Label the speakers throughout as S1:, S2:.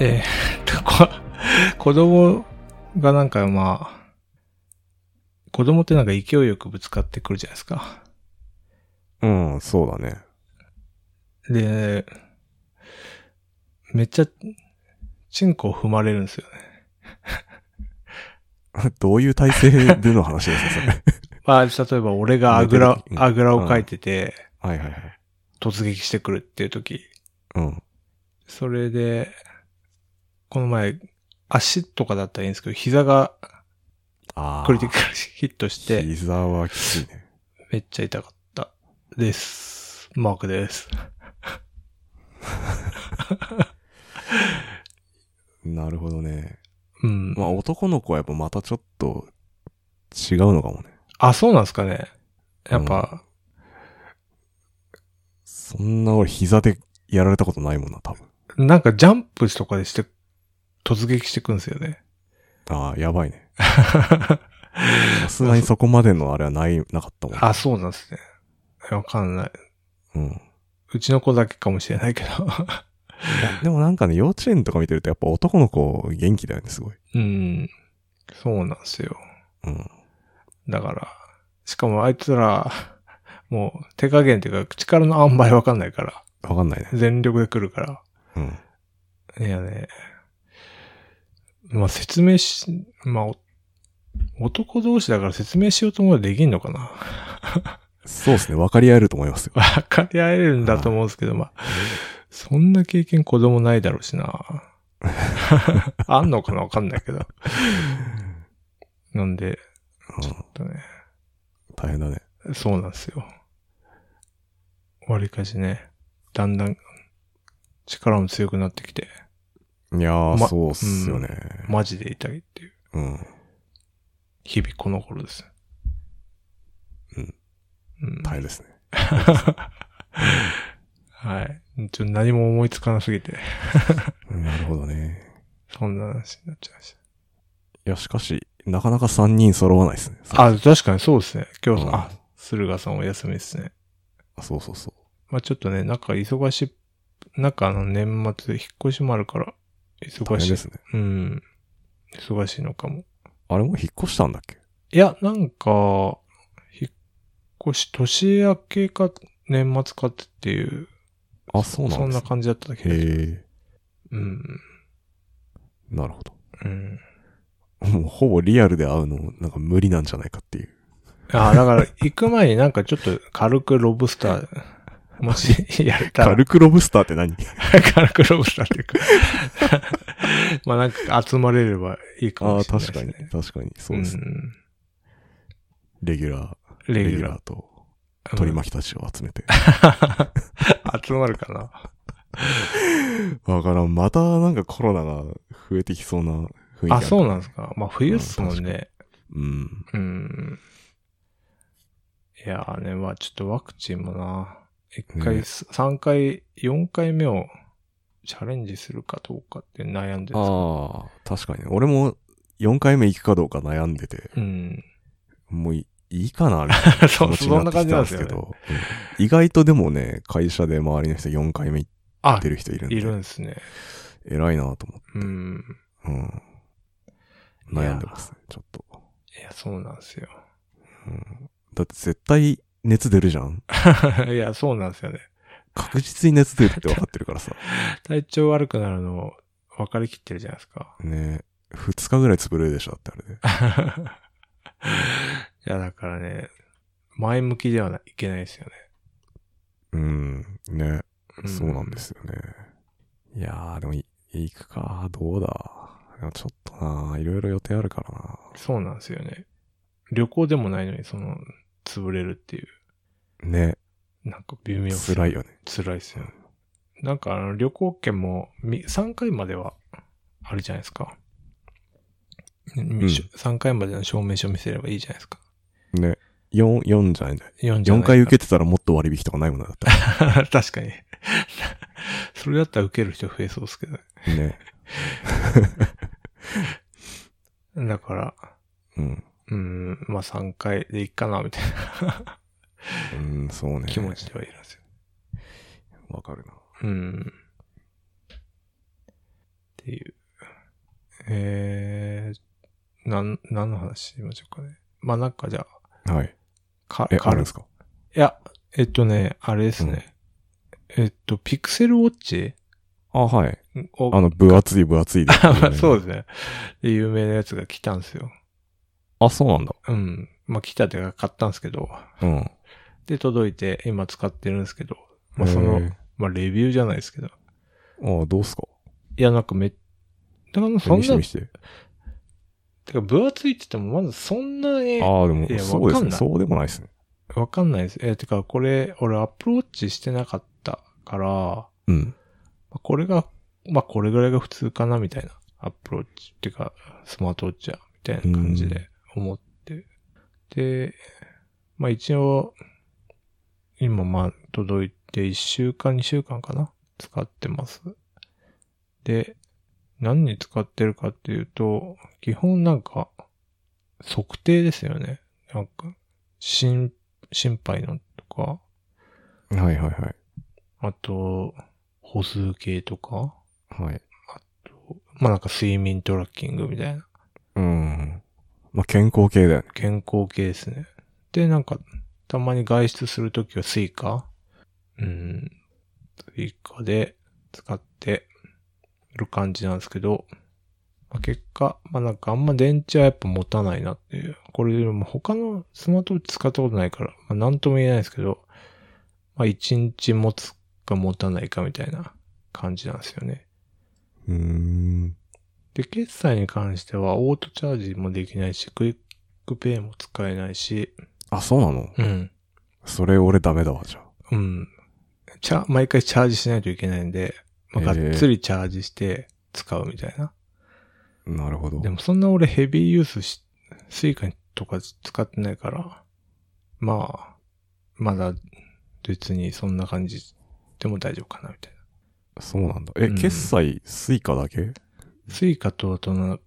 S1: えー、 こ子供がなんかまあ、子供ってなんか勢いよくぶつかってくるじゃないですか。
S2: うん、そうだね。
S1: で、めっちゃ、チンコを踏まれるんですよね。
S2: どういう体勢での話ですか、それ。
S1: まあ、例えば俺があぐら、
S2: うん
S1: あぐらをかいてて、
S2: はいはいはい。
S1: 突撃してくるっていう時、
S2: うん。
S1: それで、この前、足とかだったらいいんですけど、膝が
S2: ああ。
S1: クリティカルヒットして、
S2: 膝はきついね。
S1: めっちゃ痛かったです。マークです。
S2: なるほどね。
S1: うん。
S2: まあ男の子はやっぱまたちょっと違うのかもね。
S1: あ、そうなんですかね。やっぱ、
S2: そんな俺膝でやられたことないもんな、多分。
S1: なんかジャンプとかでして、突撃してくんですよね。
S2: ああ、やば いね。さすがにそこまでのあれはない、なかったもん。
S1: あ、そうなんですね。わかんない。
S2: うん。
S1: うちの子だけかもしれないけど。
S2: でもなんかね、幼稚園とか見てるとやっぱ男の子元気だよね、すごい。
S1: うん。そうなんですよ。
S2: うん。
S1: だから、しかもあいつら、もう手加減っていうか、力の塩梅わかんないから、
S2: わかんないね。
S1: 全力で来るか
S2: うん。
S1: ら。いやね、まあ説明し、まあ、お男同士だから説明しようと思えばできんのかな
S2: そうですね、分かり合えると思いますよ。
S1: わかり合えるんだと思うんですけど、まあ、そんな経験子供ないだろうし な。あんのかなわかんないけど。なんで、
S2: うん
S1: ね、
S2: 大変だね。
S1: そうなんですよ。わりかしね、だんだん力も強くなってきて、
S2: いやー、
S1: ま
S2: そうっすよね。
S1: マジで痛いっていう、
S2: うん。
S1: 日々この頃です。
S2: うん。
S1: うん、
S2: 大変ですね。
S1: はい。ちょっと何も思いつかなすぎて、
S2: なるほどね。
S1: そんな話になっちゃいまし
S2: いや、しかし、なかなか3人揃わないですね。
S1: た。あ、確かにそうですね。今日さ、
S2: うん
S1: あ、駿河さんお休みですね。
S2: そうそうそ
S1: まあちょっとね、なんか忙しい、なんかあの年末引っ越しもあるから、
S2: う。大
S1: 忙
S2: 変で
S1: しい。
S2: すね。
S1: うん。忙しいのかも。
S2: あれもう引っ越したんだっけ
S1: いや、なんか、引っ越し、年明けか、年末かっていう、
S2: あ、そうなん
S1: そん
S2: です
S1: な
S2: ね
S1: 感じだっただけど。
S2: へ
S1: うん。
S2: え、なるほど。
S1: うん。
S2: もうほぼリアルで会うの、なんか無理なんじゃないかっていう。
S1: ああ、だから、行く前になんかちょっと軽くロブスター、もし やれたら、
S2: 軽くロブスターって何
S1: 軽くロブスターっていうか、 まあなんか集まれればいいか
S2: あ
S1: も
S2: あ、
S1: しれないです
S2: 確
S1: ね。
S2: かに。確かに。そうです、ね
S1: ん。
S2: レギュラー、
S1: レ
S2: レ
S1: ギ
S2: ギュ
S1: ュラ
S2: ラーと取り巻きたちを集めて。
S1: ー。 集まるかな。
S2: わからん。またなんかコロナが増えてきそうな雰囲気る
S1: あ、そうなんですか。まあ冬っすもんね。
S2: うん。
S1: うん。いやーね、まあちょっとワクチンもな、一回、
S2: ね
S1: 三3回、4回目をチャレンジするかどうかって悩んでるんです
S2: ああ、確かに。俺も4回目行くかどうか悩んでて、
S1: うん。
S2: もういいいかな、みたいな気
S1: そう、
S2: 持ち
S1: そん
S2: にな
S1: な
S2: って
S1: 感
S2: き
S1: じな
S2: た
S1: ん
S2: ん
S1: で
S2: ですす
S1: よ、
S2: け
S1: ね。
S2: ど、うん意外とでもね、会社で周りの人4回目行
S1: あ
S2: っ、てる人いるん
S1: いるん
S2: で、
S1: ですね。
S2: 偉いなと思って。
S1: うん。
S2: うん。悩んでますね、ちょっと。
S1: いや、そうなんですよ。
S2: うんだって絶対熱出るじゃん。
S1: いや、そうなんですよね。
S2: 確実に熱出るって分かってるからさ。
S1: 体調悪くなるの分かりきってるじゃないですか。
S2: ね二日ぐらい潰れるでしょ、だってあれで。
S1: いや、だからね、前向きではないけないですよね。。
S2: うん。ねそうなんですすよね。いやー、でもい、行くか、どうだ。でもちょっとな、いろいろ予定あるからな。
S1: そうなんですよね。旅行でもないのに、その、潰れるっていう、
S2: ね、
S1: なんか微妙
S2: 辛い
S1: よ。
S2: よね。
S1: 辛いですよね。なんかあの、旅行券も、み3回までは、あるじゃないですか。
S2: ん
S1: 3回までの証明書見せればいいじゃないですか。
S2: ね、4、4じゃないんだよ。
S1: 4
S2: 4回受け
S1: け
S2: てたらもっと割引とかないもんなだった。
S1: 確かに。それだったら受ける人増えそうですけどね。
S2: ね。
S1: だから、
S2: うん。
S1: うん、まあ3回でいいかな、みたいな
S2: うん、そうね。
S1: 気持ちではいるんですよ。
S2: わかるな。
S1: うん。っっていう。えー、なん、何の話しましょうかね。まあなんかじゃあ、
S2: はい。
S1: か、
S2: え、
S1: か
S2: あるんですか
S1: いや、えっとね、あれですね。えっと、ピクセルウォッチ
S2: あ、はい。
S1: を
S2: あの、分厚い分厚いで
S1: そう
S2: う。
S1: ですね。で有名なやつが来たんですよ。
S2: あ、そうなんだ。
S1: うん。まあ、来たというか買ったんですけど。
S2: うん。
S1: で、届いて、今使ってるんですけど。まあ、そ
S2: へ
S1: の、まあ、レビューじゃないですけど。
S2: ーあどうっすか
S1: いや、なんかめっ、だからそん
S2: 見して
S1: な
S2: 見、して。
S1: てか分厚いって言っても、まずそんなに、
S2: ああ、で
S1: いや
S2: も、そう
S1: わ
S2: で
S1: か
S2: す
S1: ん
S2: ね。
S1: ない
S2: そうでもないですね。
S1: わかんないです。えーてか、これ、俺、アップルウォッチしてなかったから、ま
S2: うん。
S1: あこれが、まあ、これぐらいが普通かな、みたいな。アップルウォッチっていうか、スマートウォッチや、みたいな感じで思って。で、まあ、一応、今、まあ、届いて1週間、2週間かな使ってます。で、何に使ってるかっていうと、基本なんか、測定ですよね。なんか、心、心肺のとか、
S2: はいはいはい。
S1: あと、歩数計とか、
S2: はい。
S1: まあなんか睡眠トラッキングみたいな。
S2: うん。まあ、健康系だよね。
S1: 健康系ですね。で、なんか、たまに外出するときはスイカうん。スイカで使ってる感じなんですけど、まあ、結果、まあなんかあんま電池はやっぱ持たないなっていう。これでも他のスマートウォッチ使ったことないから、まあなんとも言えないですけど、まあ一日持つか持たないかみたいな感じなんですよね。
S2: うーん。
S1: で、決済に関しては、オートチャージもできないし、クイックペイも使えないし、
S2: あ、そうなの
S1: うん。
S2: それ俺ダメだわ、じゃあ。
S1: うん。チャ、毎回チャージしないといけないんで、まあ、
S2: へ
S1: が
S2: え
S1: っつりチャージして使うみたいな。
S2: なるほど。
S1: でもそんな俺ヘビーユースし、スイカとか使ってないから、まあ、まだ別にそんな感じでも大丈夫かな、みたい
S2: そうなんだ。え、
S1: うん
S2: 決済、スイカだけ
S1: な。スイカと、あとなん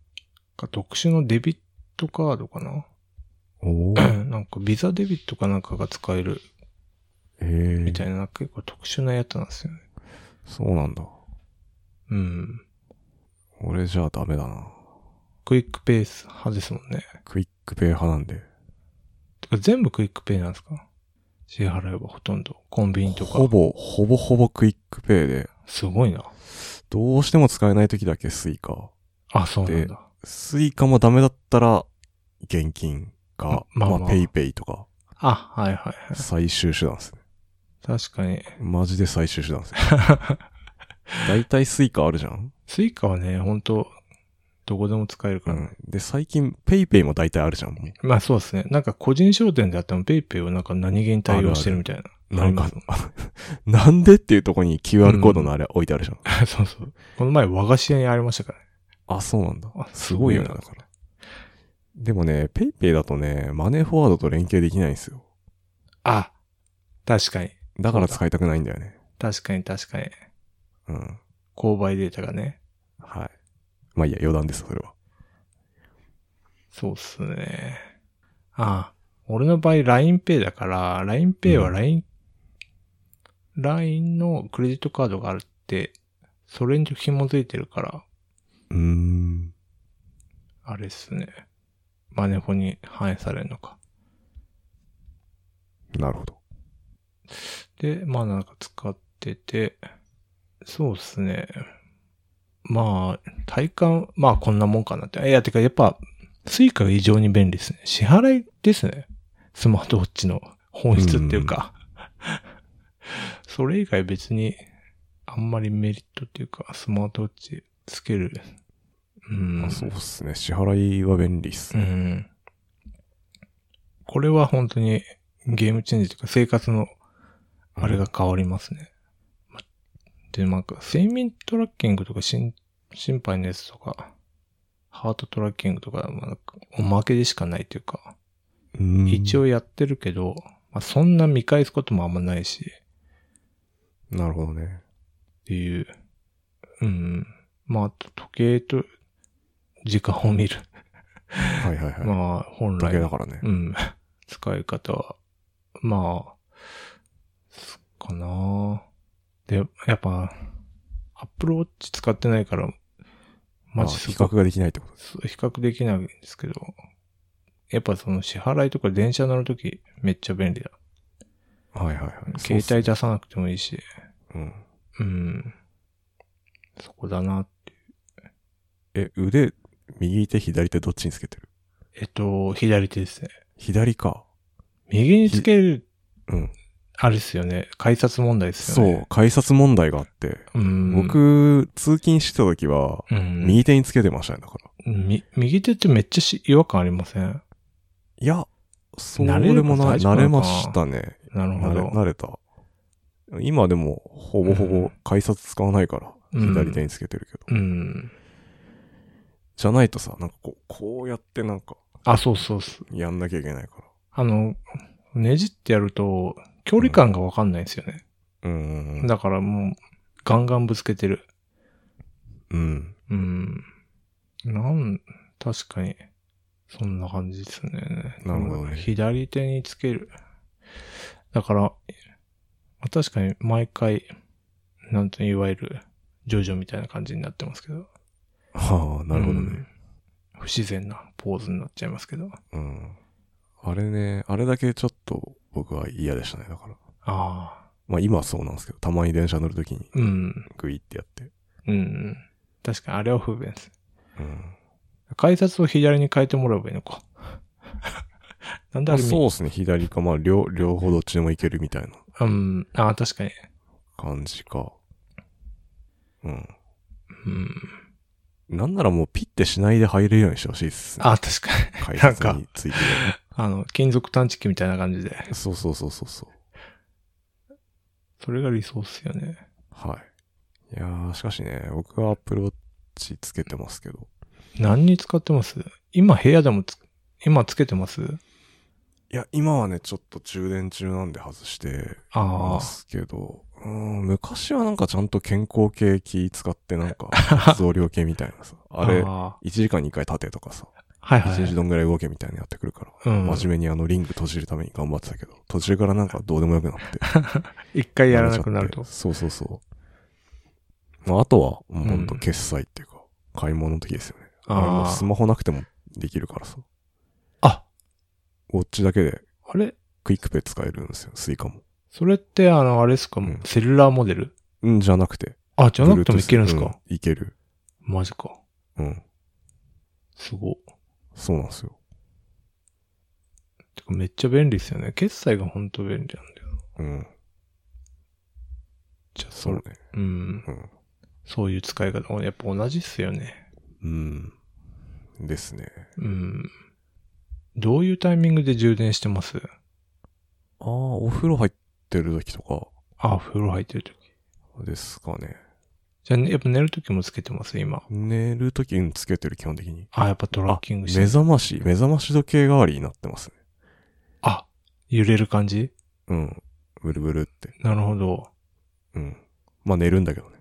S1: か特殊のデビットカードかな
S2: おお。
S1: なんかビザデビットかなんかが使える
S2: え
S1: みた
S2: え。
S1: いな、結構特殊なやつなんですよね。
S2: そうなんだ。
S1: うん。
S2: 俺じゃあダメだな。
S1: クイックペース派ですもんね。
S2: クイックペイ派なんで。
S1: てか全部クイックペイなんですか支払えばほとんど。コンビニとか
S2: ほ。ぼ、ほぼほぼクイックペイで、
S1: すごいな。
S2: どうしても使えない時だけスイカ。
S1: あ、そうなんだ。
S2: スイカもダメだったら、現金か、
S1: まま
S2: ま
S1: あ
S2: あ、
S1: まあ
S2: ペイペイとか、
S1: あ、はいはいはい。
S2: 最終手段ですね。
S1: 確かに。
S2: マジで最終手段で すね。だいたいスイカあるじゃん
S1: スイカはね、ほんと、どこでも使えるか
S2: う
S1: ら、
S2: ん。で、最近、ペイペイもだいたいあるじゃん。も
S1: まあそうですね。なんか個人商店であってもペイペイをなんか何気に対応してるみたいな。
S2: うなん
S1: あ
S2: か
S1: りま、
S2: なんでっていうとこに QR コードのあれ置いてあるじゃん。
S1: す そうそう。この前和菓子屋にありましたからね。
S2: あ、そうなんだ
S1: あ。
S2: すごいよね、
S1: すごい
S2: だ
S1: な
S2: から。でもね、ペイペイだとね、マネーフォワードと連携できないんですよ。
S1: あ、確かに。
S2: だから使いたくないんだよね。
S1: 確かに確かに。
S2: うん。
S1: 購買データがね。
S2: はい。まあいいや、余談です、それは。
S1: そうっすね。ああ俺の場合 LINEPay だから、LINEPay は
S2: うん
S1: LINE、LINE のクレジットカードがあるって、それに紐づいてるから、
S2: うーん。
S1: あれっすね。マネフォに反映されるのか。
S2: なるほど。
S1: で、まあなんか使ってて、そうっすね。まあ、体感、まあこんなもんかなって。いや、てかやっぱ、スイカが異常に便利ですね。支払いですね。スマートウォッチの本質っていうか。 それ以外別に、あんまりメリットっていうか、スマートウォッチつける。うん
S2: あ。そうっすね。支払いは便利っす
S1: う
S2: ね。
S1: ん。これは本当にゲームチェンジというか生活のあれが変わりますね。まで、なんか睡眠トラッキングとか心心配のやつとか、ハートトラッキングとか、まあなんかおまけでしかないというか、
S2: うん
S1: 一応。やってるけど、まあ、そんな見返すこともあんまないし、
S2: なるほどね。
S1: っていう。うん。まあ、あと時計と時間を見る。
S2: はいはいはい。
S1: まあ、本
S2: だ
S1: 来
S2: け
S1: の
S2: だからね。
S1: うん。 使い方は、まあ、すかなで、やっぱ、Apple Watch 使ってないから、マジ
S2: あ
S1: す
S2: 比
S1: ご
S2: 較
S1: く、
S2: ができないってことです。
S1: そう比較できないんですけど、やっぱその支払いとか電車乗るときめっちゃ便利だ。
S2: はいはいはい。
S1: 携帯出さなくてもいいし、
S2: 帯。うん。
S1: うん。そこだな。
S2: え、腕、右手、左手どっちにつけてる
S1: えっと、左手ですね。
S2: 左か。
S1: 右につける、
S2: うん。
S1: あれですよね。改札問題です
S2: そ
S1: よ
S2: う
S1: ね。、
S2: 改札問題があって。
S1: そう。ん、、
S2: 僕、通勤してた時は、
S1: うん、
S2: 右手につけてましたね、だから。
S1: み右手ってめっちゃし違和感ありません
S2: いや、そう
S1: 慣れる
S2: でもな
S1: 大
S2: い。
S1: 丈夫
S2: 慣
S1: な
S2: れ
S1: の
S2: ま
S1: か
S2: したね。
S1: なる
S2: 慣
S1: ほ
S2: れ
S1: ど。
S2: 慣れた。今でも、ほぼほ
S1: う
S2: ぼ改札使わないから、
S1: うん
S2: 左手につけてるけど。
S1: うん。
S2: じゃないとさ、なんかこう、こうやってなんか、
S1: あ、そうそうそう。
S2: やんなきゃいけないか
S1: あの、ねじってやると、距離感がわかんないんですよね。
S2: ら。うんうんうん。
S1: だからもう、ガンガンぶつけてる。
S2: うん。
S1: うん。なん、確かに、そんな感じですね。
S2: なるほどね
S1: 左手につける。だから、まあ確かに毎回、なんといわゆる、ジョジョみたいな感じになってますけど。
S2: はあ、なるほど
S1: う
S2: ね。
S1: ん不自然なポーズになっちゃいますけど。
S2: うん。あれね、あれだけちょっと僕は嫌でしたね、だから。
S1: ああ。
S2: まあ今はそうなんですけど、たまに電車乗るときに
S1: うん。
S2: グイってやって。
S1: うん。確かにあれは不便です。
S2: うん。
S1: 改札を左に変えてもらえばいいのか。 なんであ
S2: あ
S1: れみ
S2: そうですね、左か、まあ両、両方どっちでもいけるみたいな
S1: うん。ああ、確かに。
S2: 感じか。うん。
S1: うん。
S2: なんならもうピッてしないで入れるようにしてほしいっ す、ね。
S1: ああ、確かに。
S2: 改
S1: なん
S2: 札
S1: か
S2: について
S1: あの、金属探知機みたいな感じで。
S2: る。そうそうそうそうそう。
S1: それが理想っすよね。
S2: はい。いやー、しかしね、僕は Apple Watch つけてますけど。
S1: 何に使ってます今部屋でもつ、今つけてます
S2: いや、今はね、ちょっと充電中なんで外して、
S1: あ
S2: ま
S1: あ。
S2: すけど、うーん、昔はなんかちゃんと健康系気使ってな んか、増量計みたいなさ、あれ、
S1: あ
S2: 1時間に1回立てとかさ、
S1: はいは
S2: 1日
S1: い。
S2: どんぐらい動けみたいなのやってくるから、
S1: うん。
S2: 真面目にあのリング閉じるために頑張ってたけど、途中からなんかどうでもよくなって。
S1: 一回やらなくなる
S2: や
S1: と
S2: めちゃっ。てそうそうそう。まあ、あとは、もうほんと
S1: うん
S2: 決済っていうか、買い物の時ですよね。あれもう
S1: あ
S2: スマホなくてもできるからさ、
S1: あ。あ、
S2: ウォッチだけで
S1: あれ
S2: クイックペイ使えるんですよ、スイカも。
S1: それって、あの、あれですか、
S2: うん
S1: セルラーモデル
S2: うん、じゃなくて。
S1: あ、じゃなくてもいけるんですか、
S2: Bluetooth うんいける。
S1: マジか。
S2: うん。
S1: すご。
S2: そうなんですよ。
S1: てかめっちゃ便利ですよね。決済がほんと便利なんだよ。
S2: うん。
S1: じゃあ、
S2: そ
S1: そうれ
S2: ね。、
S1: うん。
S2: うん。
S1: そういう使い方もやっぱ同じっすよね。
S2: うん。ですね。
S1: うん。どういうタイミングで充電してます
S2: ああ、お風呂入ってる時とか
S1: あ、風呂入ってるとき。
S2: ですかね。
S1: じゃあ、ね、やっぱ寝るときもつけてます、今。
S2: 寝る時につけてる基本的に。
S1: あ、やっぱトラッキング
S2: 目
S1: してる
S2: 覚まし、目覚まし時計代わりになってますね。
S1: あ、揺れる感じ
S2: うん。ブルブルって。
S1: なるほど。
S2: うん。まあ寝るんだけどね。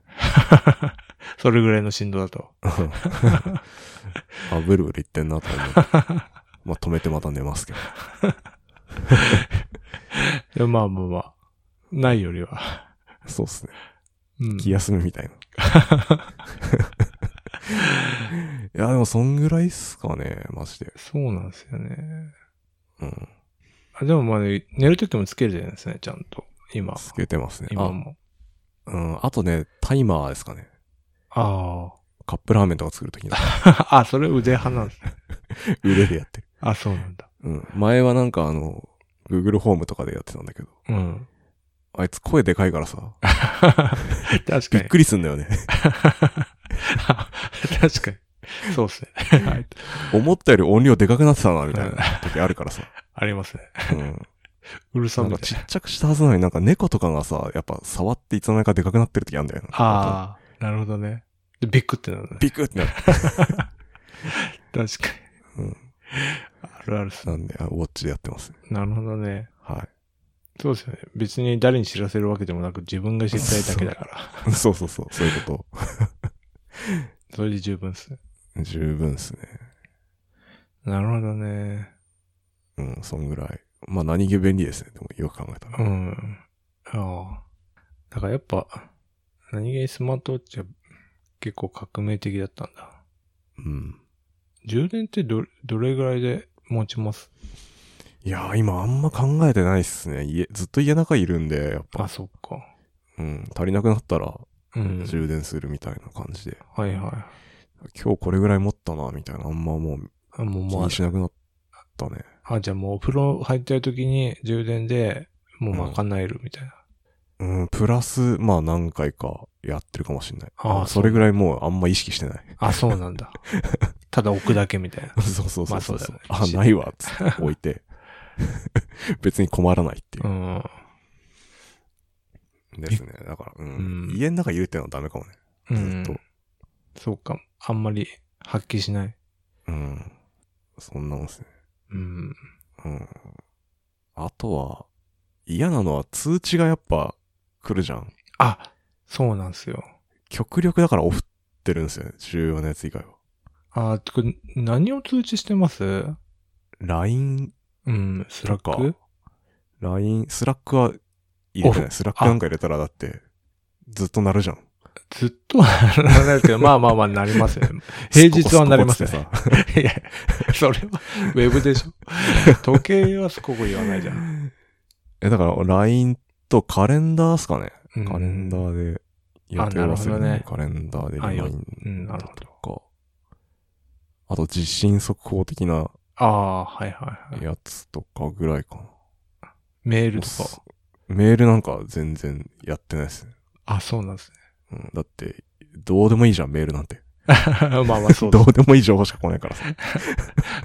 S1: それぐらいの振動だと。
S2: あ、ブルブル言ってんなと思って。 まあ止めてまた寝ますけど。
S1: いやまあまあまあ。ないよりは。
S2: そうっすね。
S1: うん。
S2: 気休めみた いな。いや、でもそんぐらいっすかね、マジで。
S1: そうなんですよね。
S2: うん。
S1: あ、でもまあ、ね、寝るときもつけるじゃないですね、ちゃんと。今。
S2: つけてますね。
S1: 今
S2: あ、
S1: も。
S2: うん。あとね、タイマーですかね。
S1: あ
S2: カップラーメンとか作るときの
S1: あ。 あ、それ腕派なんですね。
S2: 腕でやってる。
S1: あ、そうなんだ。
S2: うん。前はなんかあの、Google ホームとかでやってたんだけど、
S1: うん。
S2: あいつ声でかいからさ、
S1: 確か
S2: びっ
S1: に。
S2: くりすんだよね。
S1: 確かに。そうですね。 はい。
S2: 思ったより音量でかくなってたな、みたいな時あるからさ。
S1: ありますね。
S2: うん。
S1: うるさ
S2: なん
S1: み
S2: か
S1: たい
S2: ち
S1: な。
S2: っちゃくしたはずなのになんか猫とかがさ、やっぱ触っていつの間にかでかくなってる時あるんだよな。
S1: ああ、なるほどね。で、ビックってなるね。
S2: ビクってなる。
S1: 確かに。
S2: うん
S1: あるあるっすね。
S2: なんで、あウォッチでやってますね。
S1: なるほどね。
S2: は
S1: そうですよね。別に誰に知らせるわけでもなく、自分が知りたいだけだから。
S2: い。 そうそうそう、そういうこ
S1: それで十分っすね。
S2: と。十分ですね。
S1: なるほどね。
S2: うん、そんぐらい。まあ何気便利ですね。でもよく考えたら。
S1: うん。ああ。だからやっぱ、何気にスマートウォッチは結構革命的だったんだ。
S2: うん。
S1: 充電ってどれ、どれぐらいで持ちます
S2: いやー、今あんま考えてないっすね。家、ずっと家中いるんで、やっぱ、
S1: あ、そっか。
S2: うん、足りなくなったら
S1: うん。
S2: 充電するみたいな感じで。
S1: はいは
S2: 今日これぐらい持ったな、みたいな。あんまもう
S1: い。あもう
S2: 気
S1: ま
S2: にしなくなったね。
S1: あ、あ、じゃあもうお風呂入ってる時に充電でもう賄えるみたいな。
S2: うん、プラス、まあ何回かやってるかもしんない。
S1: あー
S2: それぐらいもうあんま意識してない。
S1: あ、そうなんだ。ただ置くだけみたいな。
S2: そうそうそうそう。
S1: まあ
S2: あ、
S1: そうだよね
S2: ないわ、つって置いて。 別に困らないっていうう。
S1: ん。
S2: ですね。だから、うん。
S1: うん
S2: 家の中いるってのはダメかもね。
S1: う
S2: ず
S1: ん
S2: っと。。
S1: そうか。あんまり発揮しない。
S2: うん。そんなもんですね。
S1: うん。
S2: うん。あとは、嫌なのは通知がやっぱ来るじゃん。
S1: あ、そうなんすよ。
S2: 極力だからオフってるんですよね。重要なやつ以外は。
S1: あ、てか、何を通知してます
S2: LINE
S1: うん、スラッ
S2: か
S1: ク
S2: LINE、スラックは入れてない。スラックなんか入れたらだって、ずっと鳴るじゃん。
S1: ずっとはならない ですけど、まあまあまあなりますよね。平日はなりますね
S2: スココスココ っ
S1: いや、それは、ウェブでしょ。時計はすここ言わないじ
S2: て
S1: ゃ
S2: さ
S1: ん。
S2: え、だから、LINE とカレンダーっすかね。
S1: うん
S2: カレンダ。ーで予定
S1: あな
S2: を
S1: るほ
S2: 忘
S1: ど
S2: れ
S1: ね
S2: るカレンダーで
S1: あ
S2: リ
S1: よ
S2: マイン
S1: うん、なる
S2: ド
S1: ほ
S2: と
S1: ど。
S2: か。あと、地震速報的な
S1: ああ、はいはいはい。
S2: やつとかぐらいかな。
S1: メールとか。
S2: メールなんか全然やってないですね。
S1: あ、そうなんですね。
S2: うん、だって、どうでもいいじゃん、メールなんて。
S1: まあまあそうです
S2: ど。うでもいい情報しか来ないからさ。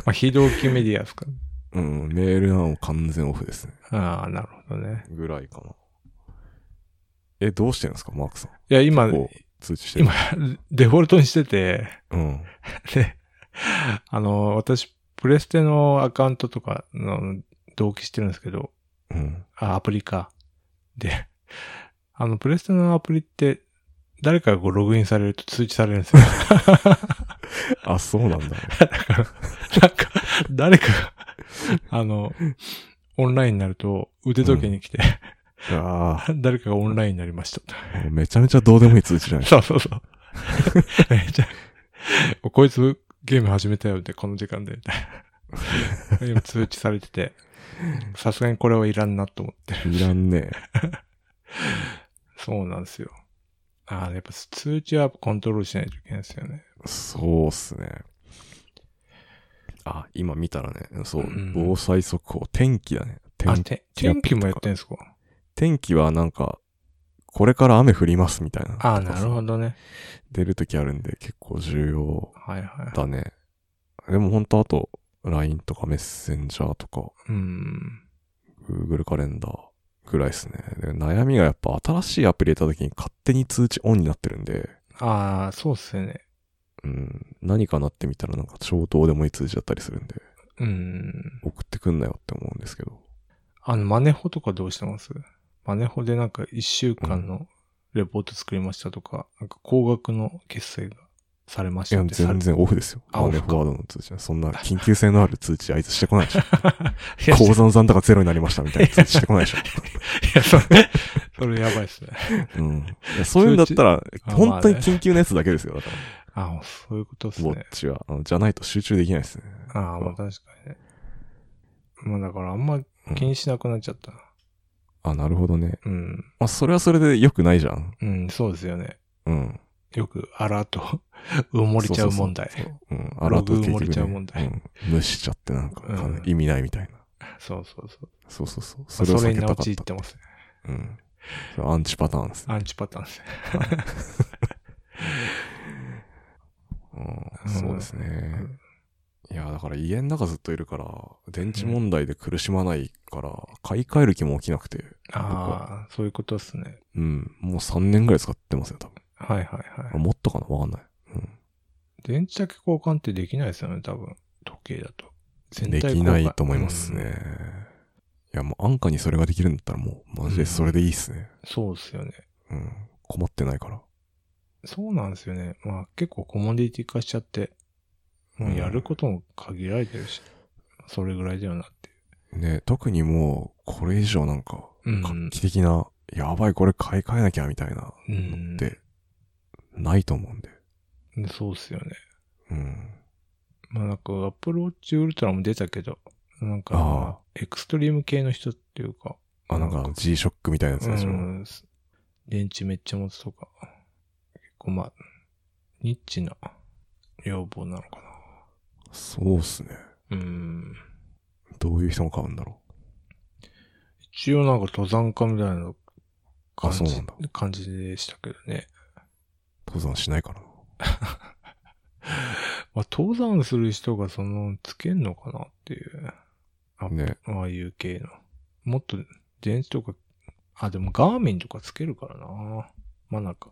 S1: まあ、非同期メディアですか、ね、
S2: うん、メールはもう完全オフですね。
S1: ああ、なるほどね。
S2: ぐらいかな。え、どうしてるんですか、マークさん。
S1: いや、今、
S2: こう、通知してる。
S1: 今、 デフォルトにしてて、
S2: うん。
S1: で、あの、私、プレステのアカウントとかの同期してるんですけど、
S2: うん。
S1: あ、アプリか。で、 あの、プレステのアプリって、誰かがこうログインされると通知されるんですよ。
S2: あ、そうなん だ。
S1: なんか、誰かが、あの、オンラインになると、腕時計に来て、
S2: あ
S1: 誰かがオンラインになりました。
S2: あ、もうめちゃめちゃどうでもいい通知じゃないですか。
S1: そうそうそう。 じゃあこいつゲーム始めたよって、この時間で。 今通知されてて、さすがにこれはいらんなと思って。
S2: いらんね
S1: そうなんですよ。ああ、やっぱ通知はコントロールしないといけないですよね。
S2: え。そうっすね。あ、今見たらね、そう、
S1: うん
S2: 防災速報、天気だね。
S1: あ、
S2: 天
S1: て天気もやってんすか
S2: 天気はなんか、これから雨降りますみたいな。
S1: ああ、なるほどね。
S2: 出るときあるんで結構重要
S1: はいはい。
S2: だね。でもほんとあと、LINE とかメッセンジャーとか、
S1: うん。
S2: Google カレンダーぐらいですね。で悩みがやっぱ新しいアプリ入れたときに勝手に通知オンになってるんで、
S1: ああ、そうっすよね。
S2: うん、何かなってみたらなんか超どうでもいい通知だったりするんで、
S1: うん。
S2: 送ってくんなよって思うんですけど。
S1: あの、マネホとかどうしてますマネホでなんか一週間のレポート作りましたとか、なんか高額の決済がされまし
S2: い
S1: た
S2: や、
S1: ってさ
S2: 全然オフですよ。
S1: あオ
S2: マ
S1: フ
S2: ネ
S1: か
S2: フォワードの通知は。そんな緊急性のある通知あいつしてこな いでしょ。
S1: いや
S2: 鉱山残高ゼロになりましたみたいな通知して こないでしょ。
S1: いや、それ、それやばいっすね。
S2: うん。いやそういうんだっ たら、
S1: あ
S2: 本当に緊急なやつだけですよ。だから、
S1: あそういうことっす
S2: ウォッ
S1: ね。
S2: チは。あのじゃないと集中できないですね。
S1: ああ、まあ確かにね。まあだからあんま
S2: うん
S1: 気にしなくなっちゃったな。
S2: あ、なるほどね。
S1: うん。
S2: まあ、それはそれで良くないじゃん。
S1: うん、そうですよね。
S2: うん。
S1: よく、アラート、 埋もれちゃう問題。
S2: うん。
S1: ログ
S2: 改め
S1: 埋
S2: て結局
S1: もれちゃう問題
S2: ん無視しちゃってなんか、
S1: うん
S2: 意味ないみたいな。
S1: そうそうそう。
S2: そうそうそう。
S1: そ
S2: そ
S1: れに
S2: れを避けたか
S1: 陥っ
S2: ってた。
S1: ますね。
S2: うん。それアンチパターンですね。
S1: アンチパターンですね。
S2: うん
S1: うん
S2: そうですね。いや、だから家の中ずっといるから、電池問題で苦しまないから、買い替える気も起きなくて。
S1: ああ、そういうことっすね。
S2: うん。もう3年ぐらい使ってますね、多分。
S1: はいはいは
S2: あもっとかなわかんない。うん。
S1: い。電池だけ交換ってできないですよね、多分。時計だと。全
S2: で
S1: 体
S2: き
S1: 交換
S2: ないと思いますね。
S1: うん
S2: いや、もう安価にそれができるんだったらもう、マジでそれでいいっすね。
S1: そうですよね。
S2: うん。困ってないから。
S1: そうなんですよね。まあ結構コモディティ化しちゃって、もうやることも限られてるし、それぐらいだよなってい
S2: ね、特にもう、これ以上なんか、
S1: うん
S2: 画期的な、やばいこれ買い替えなきゃみたいな
S1: う。う
S2: のっ
S1: ん。
S2: て、ないと思うんで。
S1: そうっすよね。
S2: ううん。
S1: まあなんか、アプローチウルトラも出たけど、なん
S2: あ
S1: か、エクストリーム系の人っていうか、
S2: あ、なん
S1: なん
S2: か
S1: か
S2: G ショックみたいなやつ
S1: う
S2: でしょ。
S1: ん、電池めっちゃ持つとか、結構まあ、ニッチな要望なのか
S2: そうっすね。
S1: な。うん。
S2: どういう人が買うんだろ
S1: 一応なんか登山家みたいな感
S2: あそう
S1: じ
S2: なんだ
S1: 感じでしたけどね。
S2: う。登山しないからな。
S1: まあ、登山する人がその、つけんのかなっていう。あ
S2: ね
S1: ああいう系の。もっと、電池とか、あ、でもガーミンとかつけるからな。まあなんか。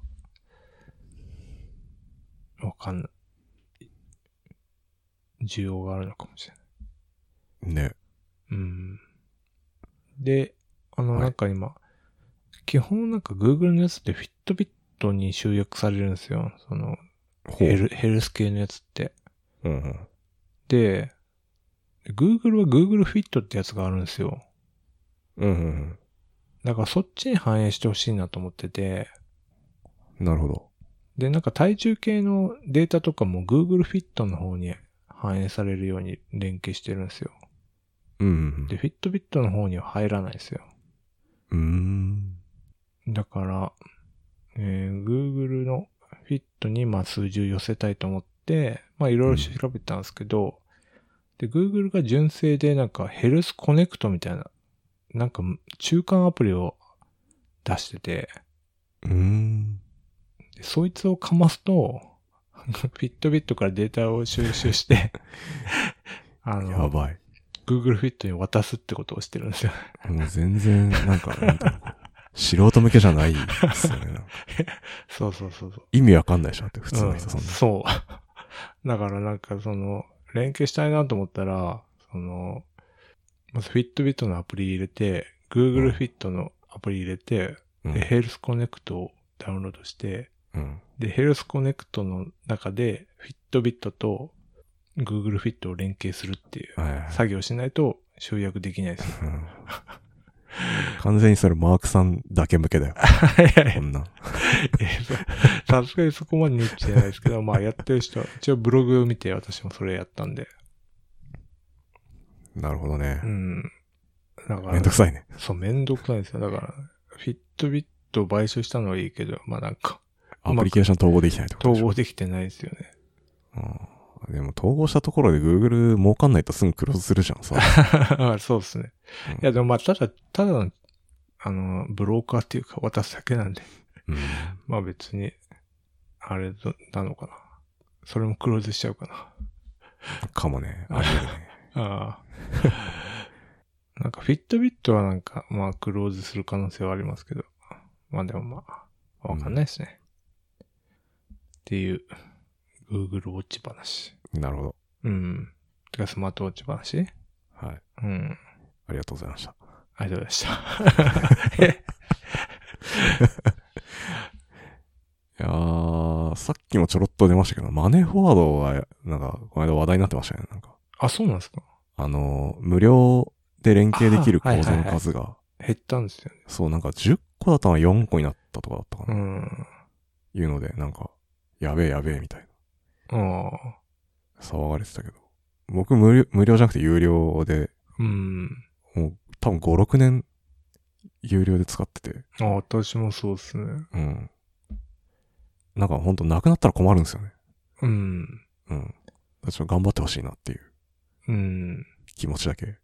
S1: わかんない。需要があるのかもしれない。
S2: ね。
S1: うん。で、あの、
S2: はい
S1: なんか今、基本なんか Google のやつってフィットビットに集約されるんですよ。その、
S2: ほ
S1: ヘ
S2: う。
S1: ルヘルス系のやつって。
S2: うんうん。
S1: で、Google は Google フィットってやつがあるんですよ。
S2: うんうん
S1: だからそっちに反映してほしいなと思ってて、
S2: うん。なるほど。
S1: で、なんか体重計のデータとかも Google フィットの方に反映されるように連携してるんですよ。
S2: うんうん
S1: で、フィットビットの方には入らないんですよ。
S2: うん。うーん。
S1: だから、えー Google のフィットにまあ数字を寄せたいと思って、まあいろいろ調べたんですけど、で、Google が純正でなんかヘルスコネクトみたいな、なんか中間アプリを出してて、
S2: うーん。
S1: でそいつをかますと、フィットビットからデータを収集 して、あ
S2: や
S1: の、
S2: ばい。
S1: Google フィットに渡すってことをしてるんですよ。
S2: もう全然、なんか、なん ていうの素人向けじゃないですよね。なんか
S1: そうそうそうそう。
S2: 意味わかんないでしょだって普通の
S1: う
S2: 人
S1: ん
S2: そんな。
S1: そう。だからなんかその、連携したいなと思ったら、その、まずフィットビットのアプリ入れて、
S2: うん
S1: Google フィットのアプリ入れて、
S2: うん
S1: で、ヘルスコネクトをダウンロードして、
S2: うん。
S1: で、ヘルスコネクトの中で、フィットビットと Google フィットを連携するっていう
S2: はいはい。
S1: 作業しないと集約できない ですよ。
S2: うん完全にそれマークさんだけ向けだよ。こんなん。
S1: えそう さすがにそこまでニッチじゃないですけど、まあやってる人は、一応ブログを見て私もそれやったんで。
S2: なるほどね
S1: う。ん。だから、
S2: めんどくさいね。
S1: そう、めんどくさいんですよ。だから、フィットビットを買収したのはいいけど、まあなんか、
S2: アプリケーション統合できないってことで
S1: 統
S2: しょ。
S1: 合できてないですよね。
S2: うんでも統合したところで Google 儲かんないとすぐクロスするじゃん、さ。
S1: そうですね
S2: うん。
S1: いや、でもまあ、ただ、ただの、あの、ブローカーっていうか、渡すだけなんで、
S2: うん
S1: まあ別に、あれどなのかな。それもクローズしちゃうかな。
S2: かもね。あり得る ね。
S1: ああ。なんか、フィットビットはなんか、まあ、クローズする可能性はありますけど。まあでもまあ、わかんないですね。っていう、Google ウォッチ話。
S2: なるほど。
S1: うん。てか、スマートウォッチ話
S2: はい。
S1: うん。
S2: ありがとうございました。
S1: ありがとうございました。
S2: いやー、さっきもちょろっと出ましたけど、マネーフォワードは、なんか、この間話題になってましたよね。なんか、
S1: あ、そうなんですか
S2: あのー、無料で連携できる口座の数が、
S1: 減ったんですよね。
S2: そう、なんか10個だったのが4個になったとかだったか
S1: う
S2: な。
S1: ん。
S2: いうので、なんか、やべえやべえみたいな。
S1: ああ。
S2: 騒がれてたけど。僕無料、無料じゃなくて有料で、
S1: うん。
S2: もう多分5、6年、有料で使ってて。
S1: あ私もそうっすね。
S2: うん。なんかほんとなくなったら困るんですよね。
S1: うん。
S2: うん。ちょっと頑張ってほしいなっていう
S1: うん。
S2: 気持ちだけ、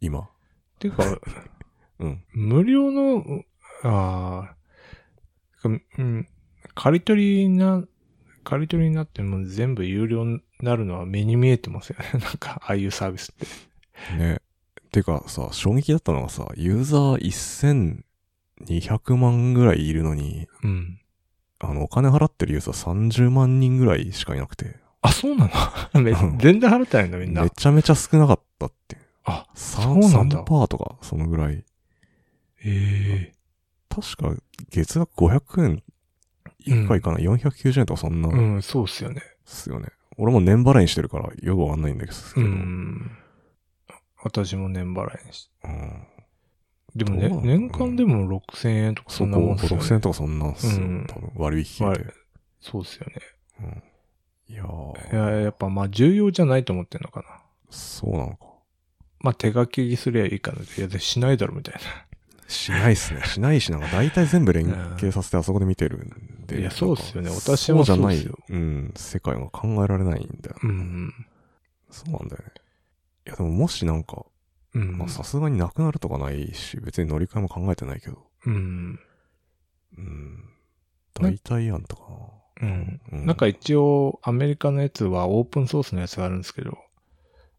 S2: 今。
S1: てか、
S2: うん。
S1: 無料の、ああ、うん、借り取りな、借り取りになっても全部有料になるのは目に見えてますよね。 なんか、ああいうサービスって。
S2: ね。てかさ、衝撃だったのがさ、ユーザー1200万ぐらいいるのに、
S1: うん。
S2: あの、お金払ってるユーザー30万人ぐらいしかいなくて、
S1: あ、そうなの め全然払ってないんだ、みんな
S2: め。ちゃめちゃ少なかったっていう。
S1: あ、
S2: さ
S1: そうなんだ
S2: 3%とか、そのぐらい。
S1: ええ
S2: 確か、月額500円いくかいかない、490円とかそんな、
S1: うん、そうっすよね。
S2: ですよね。俺も年払いにしてるから、よくわかんないんですけ
S1: う
S2: ど。
S1: ん。私も年払いにし
S2: うん
S1: でもね
S2: どうな、の
S1: 年間でも6000円とかそ
S2: そ
S1: ん
S2: こ、
S1: なもんっすよね。
S2: 6000円とかそんなんっすよ。
S1: うん
S2: 多分割引
S1: は
S2: 聞
S1: い
S2: いて。
S1: そうっすよね。
S2: うんいやー
S1: いや、やっぱまあ重要じゃないと思ってんのかな。
S2: そうなのか。
S1: まあ手書きにすりゃいいかなって。いや、でしないだろみたい
S2: しないっす ね。しないし、なんか大体全部連携させてあそこで見てるん
S1: な。
S2: で。
S1: いや、そうっすよね。私
S2: そう
S1: も
S2: じ
S1: そ
S2: ゃ
S1: うっ
S2: ない
S1: すよ。、
S2: うん、世界が考えられないんだよ。
S1: うん。
S2: そうなんだよね。いや、でももしなんか、
S1: うん
S2: まあ。さすがになくなるとかないし、別に乗り換えも考えてないけど、
S1: うん。
S2: うん、
S1: な
S2: 代替案とか
S1: うん。
S2: な。う
S1: なんか、一応、アメリカのやつはオープンソースのやつがあるんですけど、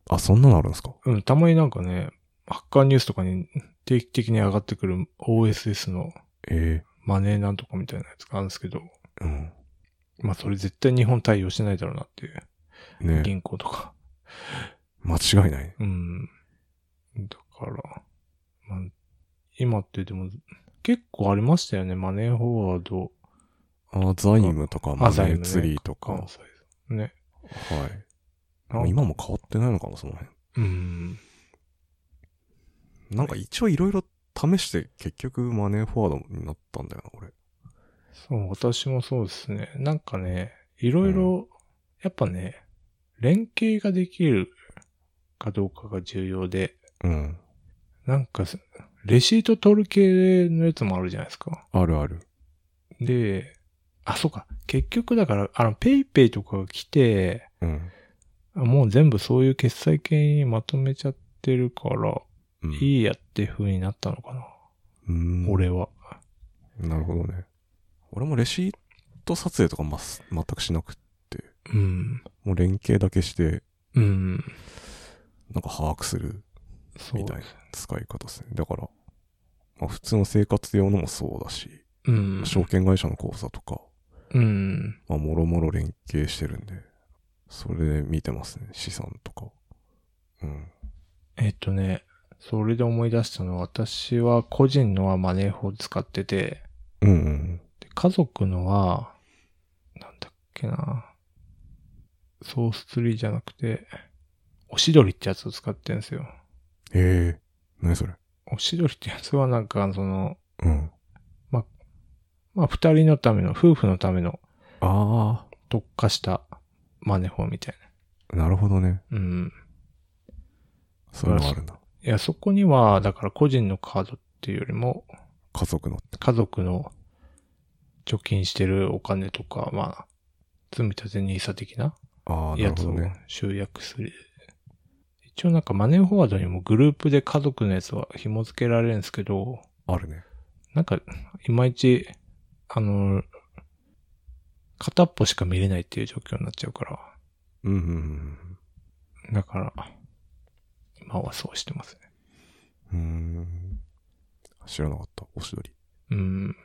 S2: あ、そんなのあるんですか
S1: うん、たまになんかね、ハッカーニュースとかに定期的に上がってくる OSS の
S2: え
S1: マネーなんとかみたいなやつがあるんですけど、
S2: えうん。
S1: まあそれ絶対日本対応してないだろうなっていう。
S2: ね
S1: 銀行とか。
S2: 間違いない。
S1: うん。だから、まあ、今ってでも、結構ありましたよね。マネーフォワード、
S2: あ、ザイムとか、
S1: あ
S2: マネ
S1: ザイム
S2: ー
S1: ね
S2: ツリーとか、
S1: 関
S2: は
S1: 西。ね。
S2: い。もう今も変わってないのかな、その辺。
S1: うん。
S2: なんか一応いろいろ試して、結局マネーフォワードになったんだよな、俺。
S1: そう、私もそうですね。なんかね、いろいろ、やっぱね、連携ができるかどうかが重要で、
S2: うん。
S1: なんかす、レシート取る系のやつもあるじゃないですか。
S2: あるある。
S1: で、あ、そうか。結局だから、あの、ペイペイとかが来て、
S2: うん。
S1: もう全部そういう決済系にまとめちゃってるから、
S2: うん
S1: いいやって風になったのかな。
S2: うん
S1: 俺は。
S2: なるほどね。俺もレシート撮影とかまっす、全くしなくて、
S1: うん。
S2: もう連携だけして、
S1: うん。
S2: なんか把握する
S1: そう。
S2: みたいな使い方ですね。だから、まあ普通の生活用のもそうだし、
S1: うん。
S2: 証券会社の口座とか、
S1: うん。
S2: まあもろもろ連携してるんで、それで見てますね。資産とか。うん。
S1: えっとね、それで思い出したのは、私は個人のはマネー法使ってて、
S2: うんうん
S1: で家族のは、なんだっけな、ソースツリーじゃなくて、おしどりってやつを使ってるんですよ。
S2: うん。ええー。何それ
S1: おしどりってやつはなんか、その、
S2: うん。
S1: まあ、二人のための、夫婦のための
S2: あ
S1: 特化したマネ法みたい
S2: あ、なるほどね。
S1: な。うん。
S2: そういうのがあるんだ。
S1: いや、そこには、だから個人のカードっていうよりも、
S2: 家族のって。
S1: 家族の貯金してるお金とか、まあ、積み立て NISA 的な
S2: ああ、な
S1: や
S2: るほ
S1: つ
S2: ど
S1: を
S2: ね。
S1: 集約する。一応なんかマネーフォワードにもグループで家族のやつは紐付けられるんですけど、
S2: あるね。
S1: なんか、いまいち、あの、片っぽしか見れないっていう状況になっちゃうから、
S2: うんうんうん
S1: だから、今はそうしてますね。
S2: うん。うーん。知らなかった。おしどり。
S1: うん。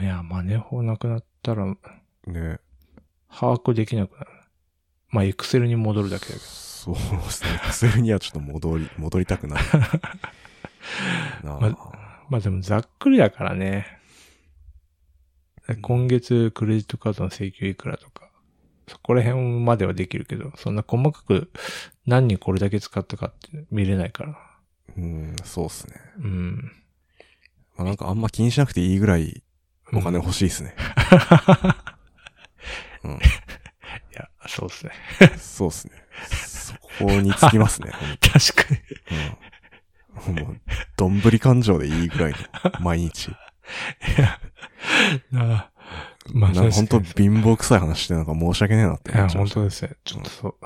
S1: いや、マネーフォなくなったら、
S2: ね
S1: 把握できなくなる。まあ、エクセルに戻るだけだけど。
S2: そうで すね。それにはちょっと戻り、戻りたくない。なあ、
S1: まあでもざっくりだからね。今月クレジットカードの請求いくらとか、そこら辺まではできるけど、そんな細かく何にこれだけ使ったかって見れないから。
S2: うん、そうっすね。
S1: うん。
S2: まあ、なんかあんま気にしなくていいぐらいお金欲しいですね。うん、
S1: いや、そうですね。
S2: そうっすね。そこにつきますね。
S1: 確かに。
S2: うん。もう、どんぶり感情でいいぐらいの、毎日。
S1: なあ まあ、
S2: なんか本当
S1: 確か
S2: 貧乏臭い話してなんか申し訳ねえなって
S1: にい
S2: 思
S1: や、
S2: っちゃい
S1: 本
S2: ました。
S1: 当ですね。ちょっとそう。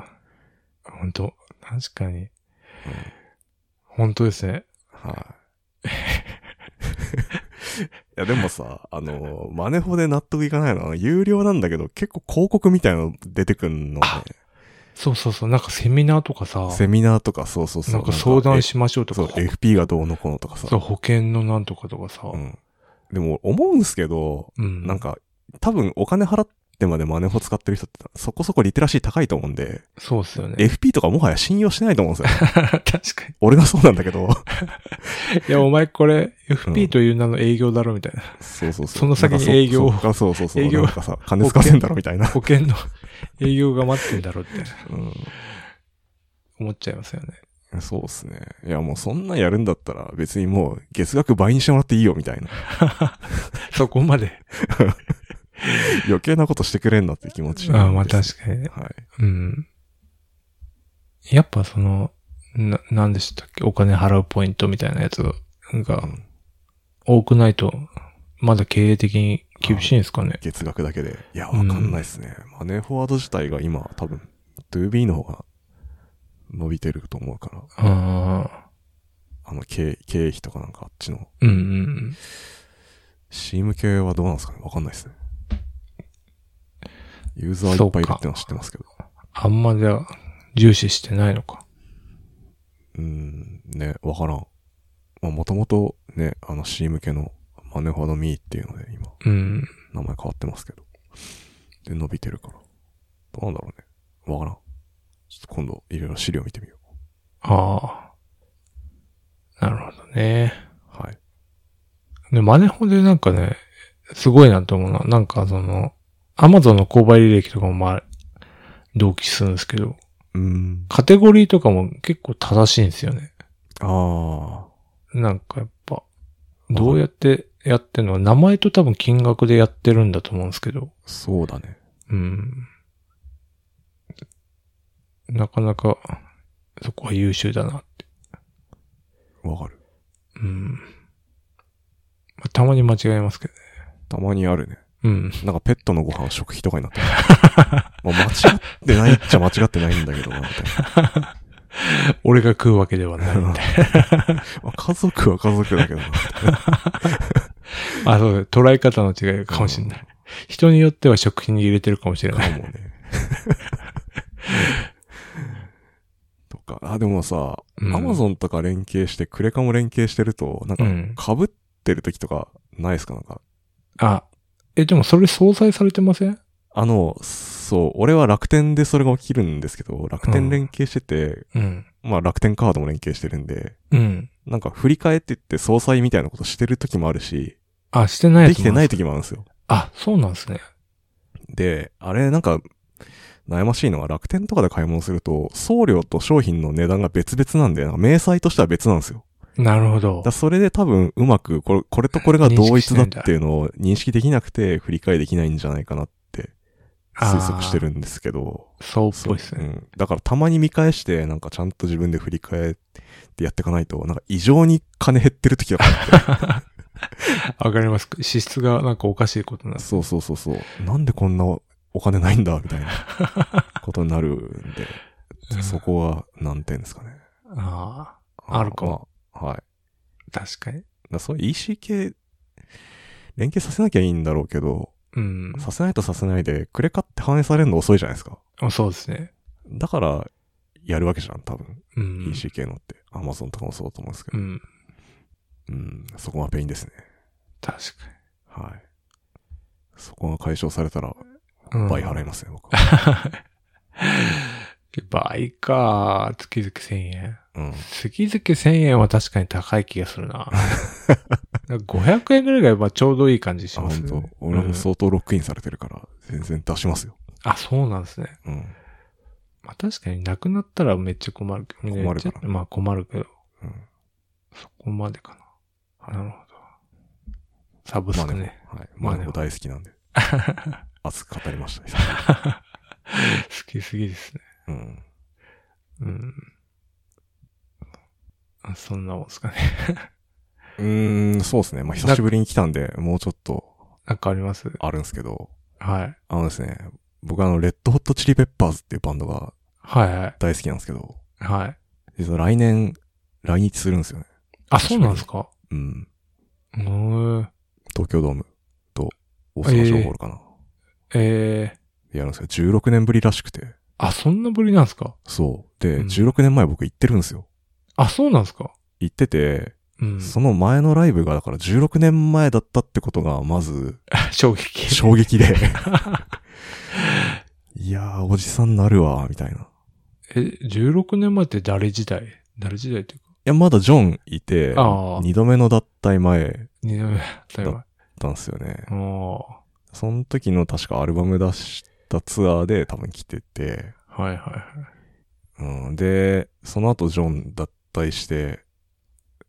S1: 本当確かに。本当ですね。
S2: はい。いや、でもさ、あの、マネホで納得いかないのは、有料なんだけど、結構広告みたいなの出てくんのね。
S1: あそうそうそう。なんかセミナーとかさ、
S2: セミナーとか、そうそうそう。
S1: なんか相談しましょうと
S2: そ
S1: か
S2: う、、FP がどうのこうのとかさ。
S1: そう、保険のなんとかとかさ。
S2: うん。でも、思うんすけど、
S1: うん
S2: なんか、多分お金払ってまでマネホ使ってる人って、そこそこリテラシー高いと思うんで、
S1: そうっすよ ね。
S2: FP とかもはや信用してないと思うんですよ。
S1: 確か
S2: 俺がそうなんだけ ど。
S1: に。いや、お前これ、
S2: う
S1: FP
S2: ん
S1: という名の営業だろみたいな。
S2: そうそうそう。
S1: その先に営業を
S2: なんかそそっかそうそうそう。
S1: 営業
S2: なんかさ、金使わせんだろみたいな。
S1: 保険の 営業が待ってんだろうって
S2: う
S1: 思っちゃいますよね。
S2: ん。そうっすね。いや、もうそんなんやるんだったら、別にもう月額倍にしてもらっていいよみたいな。
S1: そこまで。
S2: 余計なことしてくれんなって気持ちにな
S1: あ
S2: る
S1: あ、
S2: ん
S1: まあ
S2: です
S1: 確かにね。
S2: はい。
S1: うん。やっぱその、な、なんでしたっけお金払うポイントみたいなやつが
S2: うん
S1: 多くないと、まだ経営的に厳しいんですかね。
S2: 月額だけで。いや、わかんないですね。マネーフォワード自体が今、多分、2B の方が伸びてると思うから、
S1: ああ、
S2: あの経、経費とかなんかあっちの、
S1: うんうん。
S2: CM 系はどうなんですかねわかんないですね。ユーザーいっぱいいるってのは知ってますけど。
S1: あんまじゃあ重視してないのか。
S2: うーん、ね、わからん。まあ、もともとね、あの CM 系のマネファドミーっていうので、今、
S1: うん。
S2: 名前変わってますけど。で、伸びてるから。どうなんだろうね。わからん。ちょっと今度、いろいろ資料見てみよう。
S1: ああ。なるほどね。
S2: はい。
S1: で、マネホでなんかね、すごいなと思うのは、なんかその、アマゾンの購買履歴とかもまあ、同期するんですけど、
S2: うーん。
S1: カテゴリーとかも結構正しいんですよね。
S2: あ
S1: なんかやっぱ、どうやってやってんの名前と多分金額でやってるんだと思うんですけど、
S2: ー、そうだね。
S1: うん。なかなか、そこは優秀だなって。
S2: わかる。
S1: うん。まあ、たまに間違えますけどね。
S2: たまにあるね。
S1: うん。
S2: なんかペットのご飯は食費とかになってる。まあ間違ってないっちゃ間違ってないんだけどな、みたいな。
S1: 俺が食うわけではない。
S2: まあ家族は家族だけどな。
S1: あ、そうだ捉え方の違いかもしれない。人によっては食品に入れてるかもしれ
S2: か
S1: ない。
S2: もね。 とか、あ、でもさ、
S1: うん
S2: アマゾンとか連携して、クレカも連携してると、な
S1: うんん。
S2: か、被ってる時とか、ないですかなんか。
S1: あ、え、でもそれ相殺されてません
S2: あの、そう、俺は楽天でそれが起きるんですけど、楽天連携してて、
S1: うん。
S2: まあ楽天カードも連携してるんで、
S1: うん。
S2: なんか振り替えって言って総裁みたいなことしてる時もあるし、
S1: あ、してないや
S2: で
S1: つ
S2: きてない
S1: と。
S2: 時もあるんですよ。
S1: あ、そうなんですね。
S2: で、あれなんか、悩ましいのは楽天とかで買い物すると、送料と商品の値段が別々なんで、なんか明細としては別なんですよ。
S1: なるほど
S2: だから。それで多分うまくこれ、これとこれが同一だっていうのを認識できなくて、振り返りできないんじゃないかなって推測してるんですけど。
S1: そうっぽいです
S2: う
S1: ね。
S2: ん。だからたまに見返して、なんかちゃんと自分で振り返ってやっていかないと、なんか異常に金減ってる時があって。
S1: わかります。支出がなんかおかしいことなんです。
S2: そうそうそうそう。なんでこんなお金ないんだ みたいなことになるんで。そこは難点ですかね。
S1: ああるかも
S2: まあはい。だか
S1: あ、確かに。
S2: らそういう EC 系、連携させなきゃいいんだろうけど、
S1: うん。
S2: させないとさせないで、クレカって反映されるの遅いじゃないですか。
S1: あそうですね。
S2: だから、やるわけじゃん、多分。
S1: うん。
S2: EC 系のって。Amazon とかもそうだと思うんですけ
S1: う
S2: ど。
S1: ん。
S2: うん、そこがペインですね。
S1: 確か
S2: はい。そこが解消されたら、
S1: に。うん
S2: 倍払いますね、僕 は。
S1: 倍か。月々1000円。
S2: うん。
S1: 月々1000円は確かに高い気がする な。500円ぐらいがやっぱちょうどいい感じし
S2: あ、
S1: ます
S2: 本
S1: ね、
S2: 当。俺
S1: うん
S2: も相当ロックインされてるから、全然出しますよ。
S1: あ、そうなんですね。
S2: うん。
S1: まあ確かになくなったらめっちゃ困るけど。
S2: 困るから
S1: まあ困るけど、
S2: うん。
S1: ここまでかな。なるほど。サブスクね。
S2: はい。
S1: ま
S2: ま
S1: あ
S2: あ
S1: ね
S2: でも大好き なんで。熱く語りました、久々 に
S1: 好きすぎですね。
S2: うん。
S1: うん。あそんなもんですかね。
S2: うーん、そうですね。まあ久しぶりに来たんで、もうちょっと
S1: なんかあります
S2: あるんですけど、
S1: はい。
S2: あのですね、僕あの、レッドホットチリペッパーズっていうバンドが
S1: はいはい。
S2: 大好きなんですけど、
S1: はい。
S2: 実は来年、来日するんですよね。
S1: あ、そうなんですか
S2: うん。
S1: うーん。
S2: 東京ドームと大阪城ホールかな。
S1: えー、
S2: でやるんですよ。16年ぶりらしくて。
S1: あ、そんなぶりなんですか
S2: そう。で、
S1: うん
S2: 16年前僕行ってるんですよ。
S1: あ、そうなんですか
S2: 行ってて、
S1: うん。
S2: その前のライブがだから16年前だったってことが、まず、
S1: 衝撃。
S2: 衝 撃で。いやー、おじさんなるわ、みたいな。い
S1: え、16年前って誰時代誰時代っていうか。
S2: や、まだジョンいて、
S1: あー
S2: 二度目の脱退前
S1: 二年目、例えば。
S2: だんすよね。
S1: も
S2: その時の確かアルバム出したツアーで多分来てて、
S1: う、はいはいはい。
S2: うん、で、その後ジョン脱退して、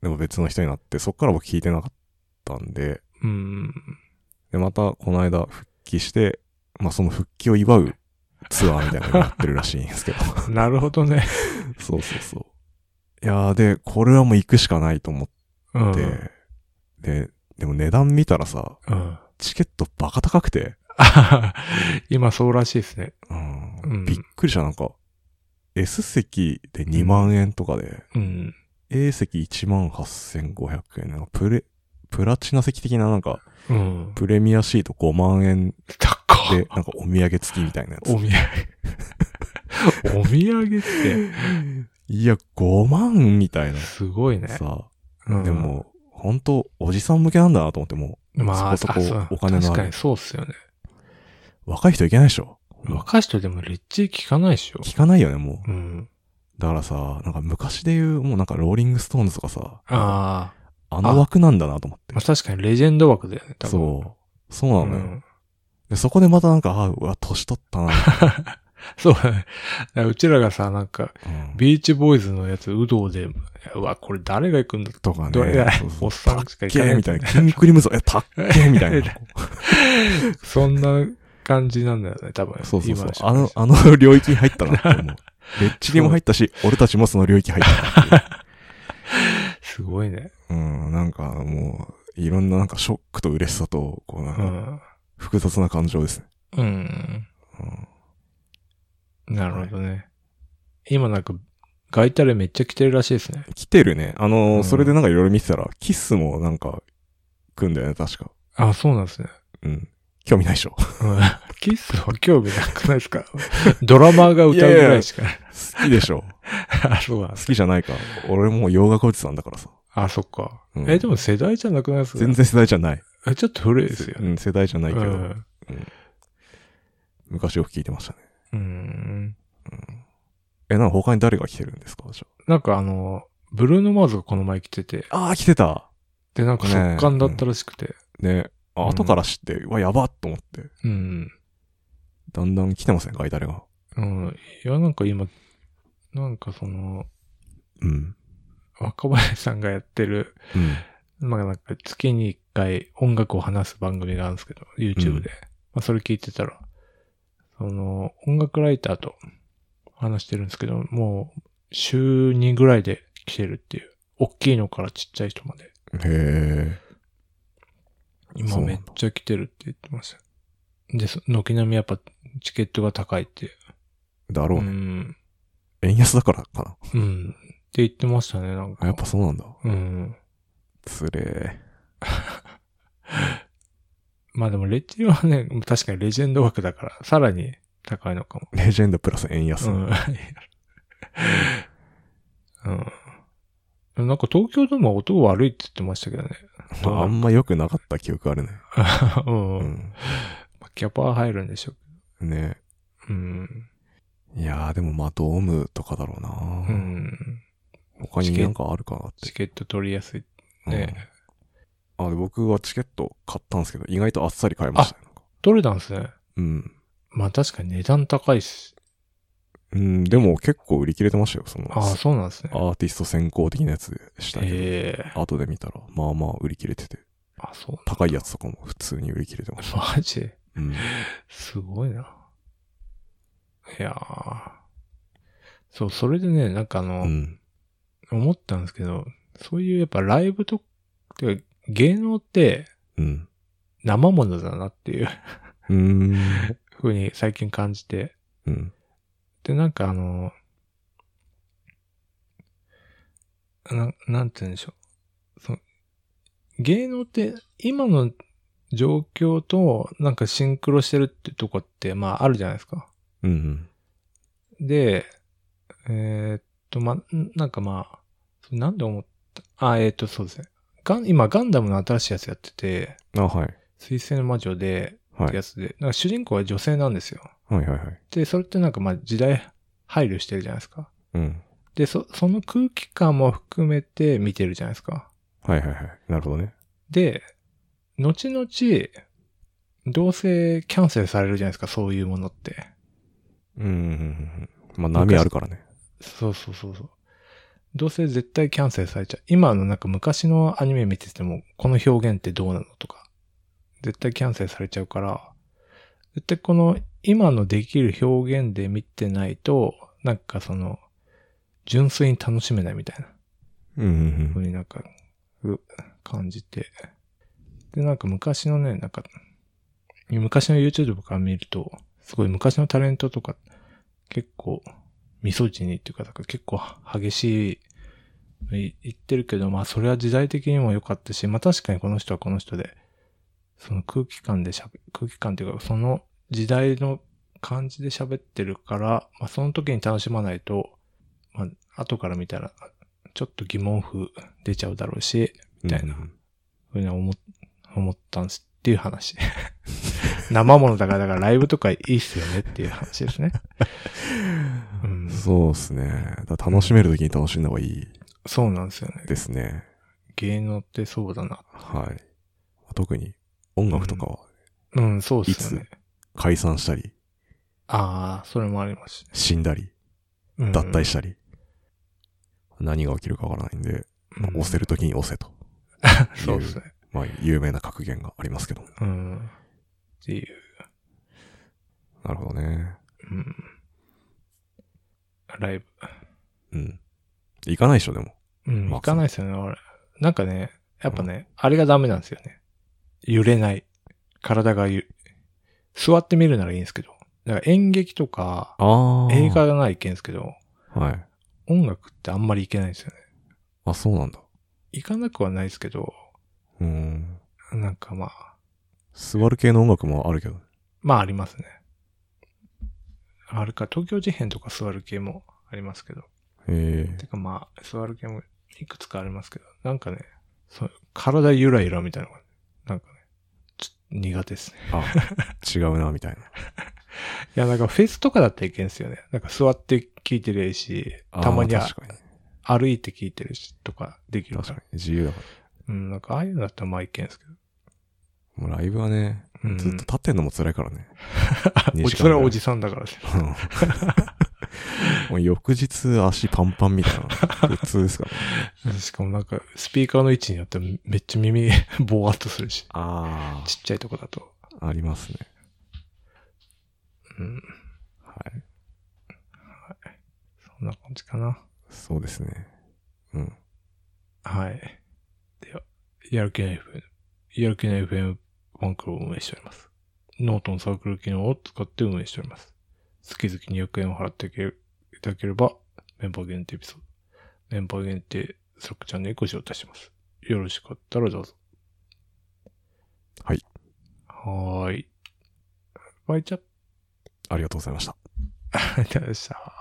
S2: でも別の人になって、そっから僕聞いてなかったんで、
S1: うん。
S2: で、またこの間復帰して、まあその復帰を祝うツアーみたいなのをやってるらしいんで すけど。
S1: なるほどね。
S2: そうそうそう。いやーで、これはもう行くしかないと思っ
S1: うん。
S2: て、で、でも値段見たらさ、
S1: うん。
S2: チケットバカ高くて、
S1: あはは今そうらしいですね。
S2: うん
S1: うん
S2: びっくりした、なんか、S 席で2万円とかで、
S1: うん。
S2: A 席1万8500円、なんかプレ、プラチナ席的ななんか、
S1: うん。
S2: プレミアシート5万円
S1: 高っ
S2: で、なんかお土産付きみたいなや
S1: お
S2: つ。
S1: 土産。お土産って、
S2: いや、5万みたいな。
S1: すごいね。
S2: さ、
S1: うん
S2: で、も、本当おじさん向けなんだなと思って、も
S1: まあ、
S2: そこそこ
S1: あそう
S2: お金のある
S1: 確かにそうっすよね。
S2: う若い人いけないでしょ。
S1: 若い人でもレッチリ聞かないでしょ。
S2: 聞かないよね、もう。
S1: うん。
S2: だからさ、なんか昔で言う、もうなんかローリングストーンズとかさ、
S1: ああ。
S2: あの枠なんだなと思って
S1: まあ。確かにレジェンド枠だよね、多分。
S2: そう。そうなの
S1: う
S2: よ。
S1: ん。
S2: で、そこでまたなんか、あ、うわ、年取ったな。
S1: そう だね。だからうちらがさ、なんか、
S2: うん
S1: ビーチボーイズのやつ、うどうで、うわ、これ誰が行くんだ
S2: とか
S1: どれ
S2: ね
S1: だ。
S2: そうそう
S1: おっさんしか行か
S2: たっけ
S1: な
S2: ー
S1: い
S2: みたいな。筋肉リムゾン、え、たっけーみた いな。
S1: そんな感じなんだよね、多分。
S2: そうそうそう
S1: 今。
S2: あの
S1: 話、
S2: あの領域に入ったなって 思う。レッチリも入ったし、俺たちもその領域入ったなっていう。
S1: すごいね。
S2: うん、なんかもう、いろんななんかショックと嬉しさと、こうなん
S1: う
S2: か、
S1: ん。
S2: 複雑な感情ですね。
S1: うん。
S2: うん
S1: なるほどね。今なんか、ガイタレめっちゃ来てるらしいですね。
S2: 来てるね。あのー
S1: うん
S2: それでなんかいろいろ見てたら、キスもなんか、来んだよね、確か。
S1: あ、そうなんですね。
S2: うん。興味ない でしょ。
S1: うんキスは興味なくないです かドラマーが歌うぐらいしか。
S2: 好きでしょ。
S1: あ、 そうなん
S2: 好
S1: です。
S2: きじゃないか。俺もう洋楽おじさんだからさ。
S1: あ、そっか。
S2: うん
S1: え、でも世代じゃなくないですか
S2: 全然世代じゃない。
S1: 然。ちょっと古いですよ
S2: う
S1: ね。
S2: ん、世代じゃないうけど、
S1: ん。
S2: 昔よく聞いてましたね。
S1: うん。
S2: え、なんか他に誰が来てるんですかじゃ
S1: なんかあの、ブルーノマーズがこの前来てて、
S2: あ。あー来てた。
S1: で、なんか速乾だったらしくて。
S2: ね。あ
S1: うん
S2: 後から知って、うわ、やばっと思って。
S1: うん。
S2: だんだん来てませんか誰が。
S1: うん。いや、なんか今、なんかその、
S2: うん。
S1: 若林さんがやってる、
S2: うん。
S1: まあなんか月に一回音楽を話す番組があるんですけど、YouTube で。まあそれ聞いてたら、その、音楽ライターと話してるんですけど、もう週2ぐらいで来てるっていう。大きいのからちっちゃい人まで。
S2: へ
S1: 今
S2: そうなん
S1: めっ
S2: だ
S1: ちゃ来てるって言ってました。で、そ軒並みやっぱチケットが高いって。
S2: え。だろう
S1: う
S2: ね。
S1: ん。
S2: 円安だからかな
S1: うん。って言ってましたね、なん。
S2: あ
S1: か。
S2: やっぱそうなんだ。
S1: うん。
S2: つれ
S1: まあでも、レッチリはね、確かにレジェンド枠だから、さらに高いのかも。
S2: ー。レジェンドプラス円安。
S1: うん。うん。なんか東京でも音悪いって言ってました けどね。
S2: まあ、あんま良くなかった記憶あるね。
S1: う。
S2: うんん。
S1: キャパは入るんでしょ
S2: ね
S1: う。うん。
S2: いやー、でもまあ、ドームとかだろうな、
S1: うん。
S2: 他になんかあるかなって
S1: チ。ケット取りやすい。ね
S2: うんあで僕はチケット買ったんですけど、意外とあっさり買いましたね、なんか
S1: 取れたんですね。
S2: うん。
S1: まあ確かに値段高いし。
S2: うん、でも結構売り切れてましたよ、その、
S1: ああ、そうなんですね。
S2: アーティスト先行的なやつでしたけど、
S1: ええ
S2: 後で見たら、まあまあ売り切れてて、
S1: あ、そう。
S2: 高いやつとかも普通に売り切れてました。
S1: マジ
S2: うん。
S1: すごいな。いやーそう、それでね、なんかあの、
S2: うん。
S1: 思ったんですけど、そういうやっぱライブと、てか芸能って
S2: うん。
S1: 生ものだなっていう
S2: うーん。
S1: 風に最近感じて。
S2: うん。
S1: で、なんかあの、な、なんて言うんでしょう。その芸能って今の状況となんかシンクロしてるってとこってまああるじゃないですか。
S2: うん。
S1: で、えーっと、ま、んなんかまあ、それなんで思ったあ、えーっと、そうですね。ガン、今、ガンダムの新しいやつやってて、
S2: あ、はい。
S1: 水星の魔女で、っ
S2: は
S1: て
S2: い。
S1: やつで、なんか主人公は女性なんですよ。
S2: はいはいはい。
S1: で、それってなんかまあ時代配慮してるじゃないですか。
S2: うん。
S1: で、そ、その空気感も含めて見てるじゃないですか。
S2: はいはいはい。なるほどね。
S1: で、後々、どうせキャンセルされるじゃないですか、そういうものって。
S2: うんうんうんうん。まあ波あるからね。
S1: そうそうそうそう。どうせ絶対キャンセルされちゃう。今のなんか昔のアニメ見てても、この表現ってどうなのとか、絶対キャンセルされちゃうから、絶対この今のできる表現で見てないと、なんかその、純粋に楽しめないみたいな
S2: うんうんう
S1: 風
S2: ん。
S1: になんか、う感じて。で、なんか昔のね、なんか、昔の YouTube から見ると、すごい昔のタレントとか、結構、ミソジニっていうか、なんか結構激しい、い言ってるけど、まあそれは時代的にも良かったし、まあ確かにこの人はこの人で、その空気感でしゃべ、空気感っていうか、その時代の感じで喋ってるから、まあその時に楽しまないと、まあ後から見たら、ちょっと疑問符出ちゃうだろうし、みたいな。そういうのは思っ思ったんですっていう話。 生ものだから、だからライブとかいいっすよねっていう話ですね。うん、
S2: そうですね。だから楽しめるときに楽しんだ方がいい
S1: そうなんですよね。
S2: ですね。
S1: 芸能ってそうだな。
S2: はい。特に音楽とかは
S1: うん、そうっすよね。
S2: 解散したり、
S1: ああ、それもありますしね。
S2: 死んだり、
S1: うん
S2: 脱退したり、何が起きるかわからないんで、まあ
S1: うん
S2: 押せるときに押せと。
S1: そうっすね。
S2: まあ、有名な格言がありますけど。
S1: うん。っていう。
S2: なるほどね。
S1: うん。ライブ。
S2: うん。行かないでしょ、でも。
S1: うん、
S2: まあ
S1: 行かないっすよね、俺。なんかね、やっぱね、あれがダメなんですよね。揺れない。体がゆ、座ってみるならいいんですけど。だから演劇とか、
S2: あ
S1: 映画ならいけんですけど、
S2: はい。
S1: 音楽ってあんまりいけないんですよね。
S2: あ、そうなんだ。
S1: 行かなくはないですけど、
S2: うーん。
S1: なんかまあ、
S2: 座る系の音楽もあるけど。
S1: まあありますね。あるか、東京事変とか座る系もありますけど。
S2: ええ
S1: てかまあ、座る系もいくつかありますけど、なんかね、そう体ゆらゆらみたいなのが、なんかね、ちょっと苦手ですね。
S2: あ、違うな、みたいな。
S1: いや、なんかフェスとかだったらいけんすよね。なんか座って聞いてりゃいいし、
S2: あー
S1: たまには
S2: 確かに。
S1: 歩いて聞いてるし、とかできる
S2: 確
S1: か
S2: からに。。自由だか
S1: う
S2: ら。
S1: ん、なんかああいうのだったらまあいけんすけど。
S2: もうライブはね、
S1: うん、
S2: ずっと立ってんのも辛いから ね。
S1: おじそれはおじさんだ からね。
S2: うん もう翌日足パンパンみたいな。普通ですからね。
S1: しかもなんか、スピーカーの位置によってめめっちゃ耳、ぼわっとするし、
S2: あ
S1: ちっちゃいとこだと。
S2: あ。ありますね。
S1: うん。
S2: はい。
S1: そんな感じかな。
S2: そうですね。うん。
S1: はい。では、やる気ない FM、やる気ない FM ファンクラブを運営しております。ノートのサークル機能を使って運営しております。月々200円を払っていけるいただければ、メンバー限定エピソード、メンバー限定スラックチャンネルにご招待します。よろしかったらどうぞ。
S2: はい。
S1: はーい。バイチャップ
S2: ありがとうございました。
S1: ありがとうございました。